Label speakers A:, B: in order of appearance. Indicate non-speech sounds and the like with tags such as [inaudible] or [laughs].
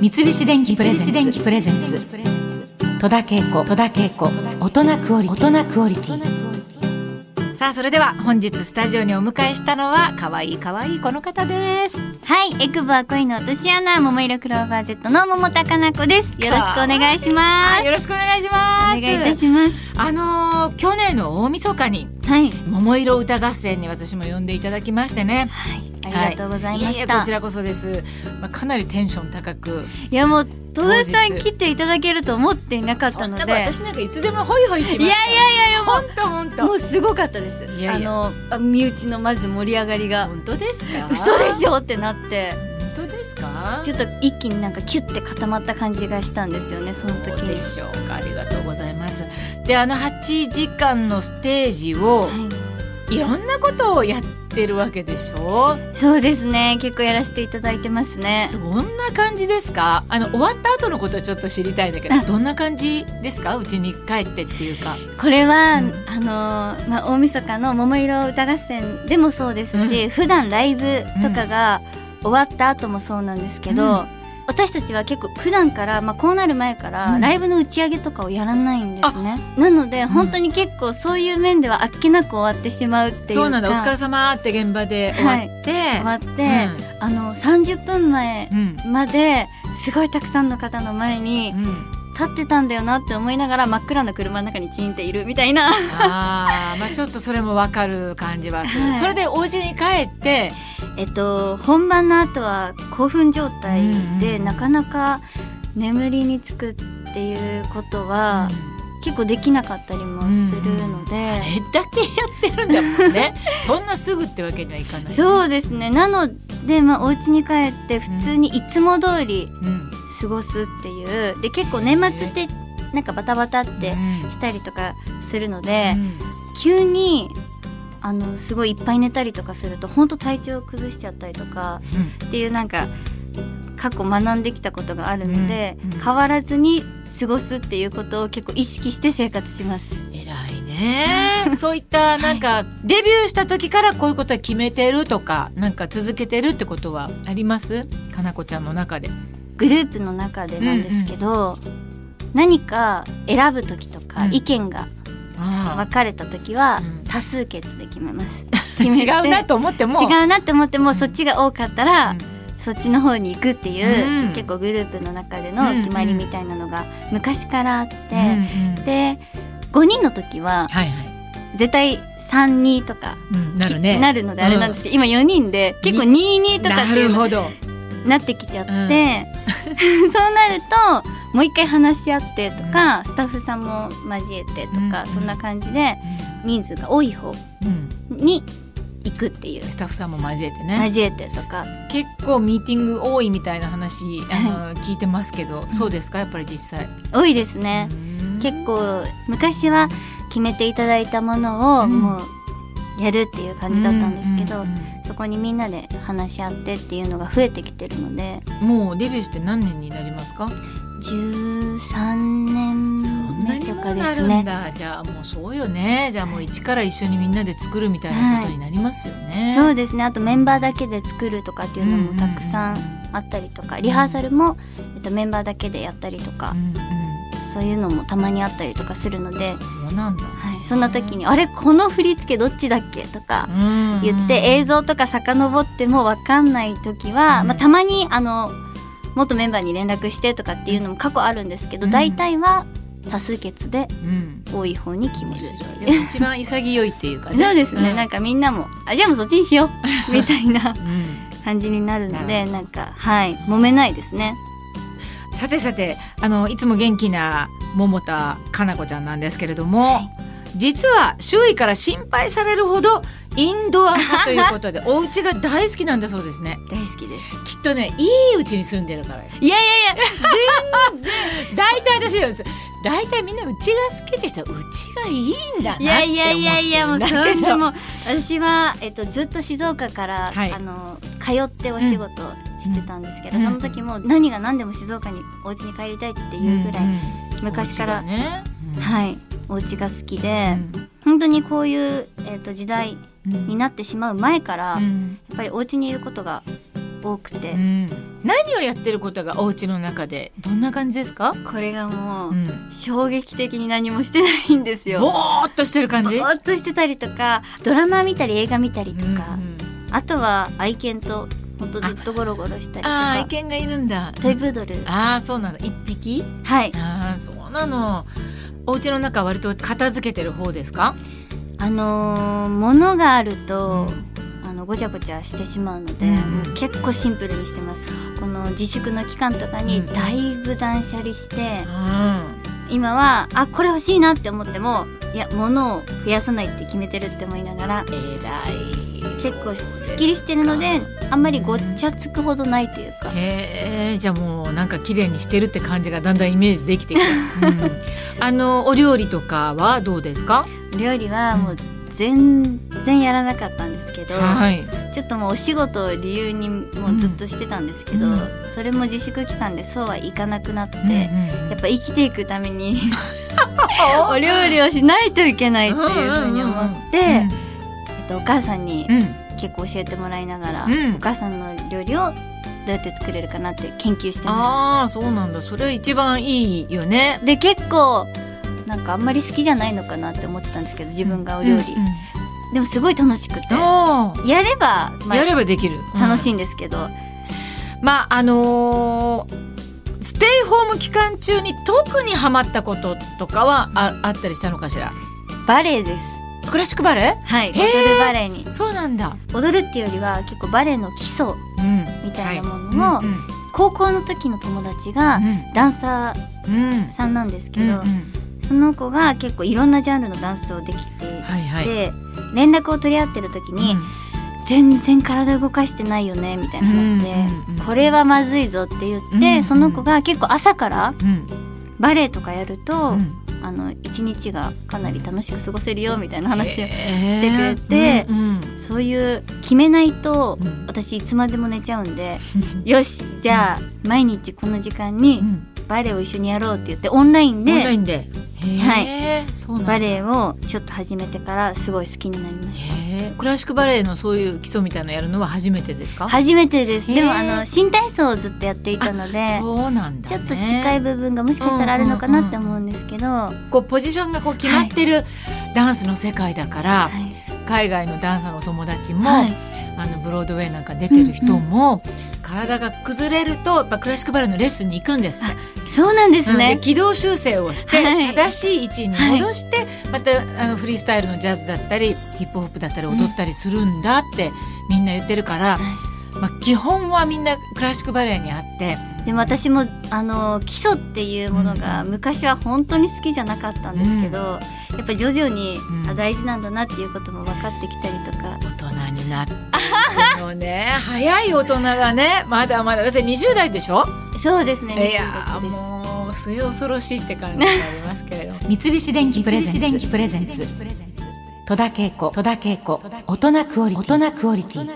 A: 三菱電機プレゼンツ戸田恵子戸田恵子大人クオリティ大人クオリティさあそれでは本日スタジオにお迎えしたのは可愛い可愛いこの方です
B: はい、エクボは恋の落とし穴、桃色クローバー Z の桃高菜子です。よろしくお願いしま
A: よ
B: す。
A: ろしくお願いし
B: お
A: ます
B: 願いいたします。
A: あのー去年の大晦日に
B: はい、
A: 桃色歌合戦に私も呼んでいただきましてね
B: ありがとうございま
A: いえ
B: し
A: いえ
B: た。
A: こ
B: い
A: ちらこそです、まあ、かなりテンション高く
B: やもう戸田さ
A: 当
B: ん
A: 日
B: 来ていただけると思っていなかっ
A: そ
B: た
A: ん
B: の
A: な
B: で、
A: こと私なんかいつでもホイホイ行きます
B: いやいやいや
A: 本当本当
B: もうすごかったです。
A: いやいや
B: あのあ身内のまず盛り上がりが
A: 本当ですか
B: 嘘で
A: よ
B: しょってなって、
A: 本当ですか
B: ちょっと一気になんかキュッて固まった感じがしたんですよね。その時
A: そう
B: に
A: で。しょうかありがとうございますであの8時間のステージを
B: はい
A: ろんなことをやってるわけでしょ
B: い、そうですね。結構やらせていただいてますね。
A: どんな感じですかあの終わった後のことをちょっと知りたいんだけど
B: あ
A: どんな感じですかうちに帰ってっていうか
B: これは、
A: うん
B: あのーまあ、大晦日の「桃色歌合戦」でもそうですし、普段ライブとかが終わった後もそうなんですけど、
A: うん
B: 私たちは結構普段から、まあ、こうなる前から、
A: うん
B: ライブの打ち上げとかをやらないんですねなので本当に結構そういう面ではあっけなく終わってしまうっていうか
A: そうなんだお疲れ様って現場で終わって、
B: 終わって、あの30分前
A: うん
B: まですごいたくさんの方の前に
A: うん、うん
B: 立ってたんだよなって思いながら真っ暗な車の中にチンっているみたいな。
A: あーまあ [laughs] ちょっとそれもわかる感じはする、
B: はい
A: それでお家に帰って
B: えっと、本番の後は興奮状態
A: うんう
B: で、
A: んうん
B: なかなか眠りにつくっていうことは、結構できなかったりもするので、
A: あれだけやってるんだもん
B: [laughs]
A: ねそんなすぐってわけにはいかない
B: そうですねなので、まあ、お家に帰って普通にいつも通り
A: うん
B: 過ごすっていうで結構年末ってなんかバタバタってしたりとかするので、
A: うん
B: 急にあのすごいいっぱい寝たりとかすると本当体調を崩しちゃったりとか。っていうなんか過去学んできたことがあるので、
A: うんうん
B: 変わらずに過ごすっていうことを結構意識して生活します。
A: 偉いねそういったなんかデビューした時からこういうことは決めてるとかなんか続けてるってことはありますかなこちゃんの中で
B: グループの中でなんですけど、何か選ぶ時とか、
A: うん
B: 意見が
A: あ
B: 分かれた時は、
A: うん
B: 多数決で決めます。
A: 違
B: 決めて
A: うなと思っても
B: 違うなって思ってもそっちが多かったら、
A: うん
B: そっちの方に行くってい
A: う
B: う、
A: ん
B: 結構グループの中での決まりみたいなのが昔からあって、
A: うんうん
B: で5人の時は
A: はいはい、
B: 絶対32とか
A: うん、なるね
B: なるのであれなんですけど、今4人で結構22とかって
A: ないる
B: うの
A: ほど
B: なってきちゃって、 [laughs] そうなるともう一回話し合ってとか、スタッフさんも交えてとか、
A: うん
B: そんな感じで人数が多い方
A: うん
B: に行くっていう
A: スタッフさんも交えてね
B: 交えてとか
A: 結構ミーティング多いみたいな話あ
B: は
A: の聞いてますけど、そうですかやっぱり実際、
B: 多いですね。
A: うん
B: 結構昔は決めていただいたもの
A: う
B: を
A: ん
B: もうやるっていう感じだったんですけど、
A: うんうん
B: そこにみんなで話し合ってっていうのが増えてきてるので
A: うんもうデビューして何年になりますか
B: 13年目とかです
A: なるん
B: ね。
A: だじゃあもうそうよねじゃあもう一から一緒にみんなで作るみたいなことになりますよね、
B: そううですねあとメンバーだけで作るとかっていうのもたくさんあったりとかリハーサルも、えっと、メンバーだけでやったりとか
A: うんうん
B: そういうのもたまにあったりとかするので、
A: そうなんだ、
B: はい、そんな時に「あれこの振り付けどっちだっけ?」とか
A: うん
B: 言って映像とか遡っても分かんない時は、
A: うん
B: まあ、たまにあの元メンバーに連絡してとかっていうのも過去あるんですけど、
A: うん
B: 大体は多数決で
A: うん
B: 多い方に決め
A: 面
B: る
A: 白い
B: って
A: で
B: いう。
A: も一番潔いっていうかね
B: そうですね、なん
A: か、
B: かみんなも「あじゃあもうそっちにしよ
A: [laughs]
B: う」みたいな
A: うん
B: 感じになるの
A: な
B: でなんかはい揉めないですね。
A: さてさてあのいつも元気な桃田かな子ちゃんなんですけれども、実は周囲から心配されるほどインドア派ということでお家が大好きなんだそうですね
B: 大好きです。
A: きっとねいいうちに住んでるからよ
B: いやいやいや
A: 大体私なんです大体みんなうちが好きでしたうちがいいんだなって思ってるんだけど
B: いやいやいやいやもうそんな
A: う
B: もう私は、えっと、ずっと静岡から、
A: はい
B: あの通ってお仕事してたんですけど、
A: うん
B: その時も何が何でも静岡にお家に帰りたいって
A: ん
B: いうぐらい、
A: ん
B: 昔から、
A: お家がね、
B: はいお家が好きで、
A: うん
B: 本当にこういう、えっと時代
A: うん
B: になってしまう前から、
A: う
B: や
A: ん
B: っぱりお家にいることが多くて、
A: うん何をやってることがお家の中でどんな感じですか？
B: これがもう、
A: うん、
B: 衝撃的に何もしてないんですよ。
A: ぼーっとしてる感じ。
B: ぼーっとしてたりとかドラマ見たり映画見たりとか、
A: うん
B: あとは愛犬とほんとずっとゴロゴロしたりと
A: ああ
B: か
A: 愛犬がいるんだ。
B: トイプードル
A: ああそうなの一匹？
B: はい
A: ああそうなの。お家の中は割と片付けてる方ですか？
B: あのー物があると、
A: うん
B: あのごちゃごちゃしてしまうので、
A: うん
B: もう結構シンプルにしてますこの自粛の期間とか
A: う
B: に
A: ん
B: だいぶ断捨離して
A: う、ん。
B: 今はあこれ欲しいなって思ってもいや物を増やさないって決めてるって思いながら
A: えらい。
B: 結構すっきりしてるのであんまりごっちゃつくほどないというか、
A: へえじゃあもうなんか綺麗にしてるって感じがだんだんイメージできてきた、うん [laughs] あのお料理とかはどうですか
B: 料理はもう全然やらなかったんですけど、
A: はい
B: ちょっともうお仕事を理由にもうずっとしてたんですけど、
A: うん
B: それも自粛期間でそうはいかなくなって、
A: うんうん
B: やっぱ生きていくた
A: [laughs]
B: めにお料理をしないといけないっていうふうに思って、えっと、お母さんに
A: うんうん
B: 結構教えてもらいながら、
A: うん
B: お母さんの料理をどうやって作れるかなって研究してま
A: ああそうなんだそれ一番いいよね
B: す。で結構なんかあんまり好きじゃないのかなって思ってたんですけど自分がお
A: う
B: 料理、
A: んうん
B: でもすごい楽しくて
A: おー
B: やれば、まあ
A: やればできる、
B: 楽し
A: い、
B: いんですけど、
A: まああのーステイホーム期間中に特にハマったこととかはああったりしたのかしら
B: バレエです
A: クラシックバレ
B: はい
A: ー
B: 踊るバレエに
A: エそうなんだ、
B: 踊るっていうよりは結構バレエの基礎
A: うん、
B: みたいなも
A: も
B: のを高校の時の友達がダンサーさんなんですけどその子が結構いろんなジャンルのダンスをできて
A: はいはい。
B: で連絡を取り合ってる時に「全然体動かしてないよね」みたいな話で
A: うんうんうん
B: 「これはまずいぞ」って言
A: う
B: っ
A: んう
B: て
A: ん
B: その子が結構朝から
A: うん、
B: バレエとかやると
A: うん
B: あの一日がかなり楽しく過ごせるよみたいな話を
A: して
B: くれて
A: うん
B: そういう決めないと
A: うんうん
B: 私いつまでも寝ちゃうんでよしじゃあ毎日この時間に
A: うん
B: バレエを一緒にやろうって言ってオンライン
A: オンライ
B: で
A: ンで、へーそうなんだ
B: バレエをちょっと始めてからすごい好きになりまし
A: へークラシックバレエのそういう基礎みたいなのやるのは初めてですか
B: た。初めてです
A: へー
B: でもあの新体操をずっとやっていたので
A: そうなんだ、ね、
B: ちょっと近い部分がもしかしたらあるのかなって思うんですけど、は
A: こうポジションがこう決まってるダンスの世界だから、
B: い
A: 海外のダンサーのお友達も、
B: はい
A: あのブロードウェイなんか出てる人も、体が崩れるとやっぱクラシックバレエのレッスンに行くんですって
B: そうなんです
A: うん
B: ね
A: で、軌道修正をして、
B: はい
A: 正しい位置に戻して、またあのフリースタイルのジャズだったりヒップホップだったり踊ったりするんだってみんな言ってるから、まあ、基本はみんなクラシックバレエにあって、
B: でも私もあの基礎っていうものが昔は本当に好きじゃなかったんですけど、やっぱ徐々に、
A: うん
B: あ大事なんだなっていうことも分かってきたりとか
A: 大人になってるのね
C: [laughs]
A: 早い大人がねまだまだだって20代でしょ
B: そうですね
A: いやー
B: 見てること
A: も
B: で
A: う末恐ろしいって感じがありますけれども。
C: [laughs] 三菱電機プレゼンツ
A: 三菱電機プレゼンツ
C: 戸田恵子大人クオリティ大人クオリティ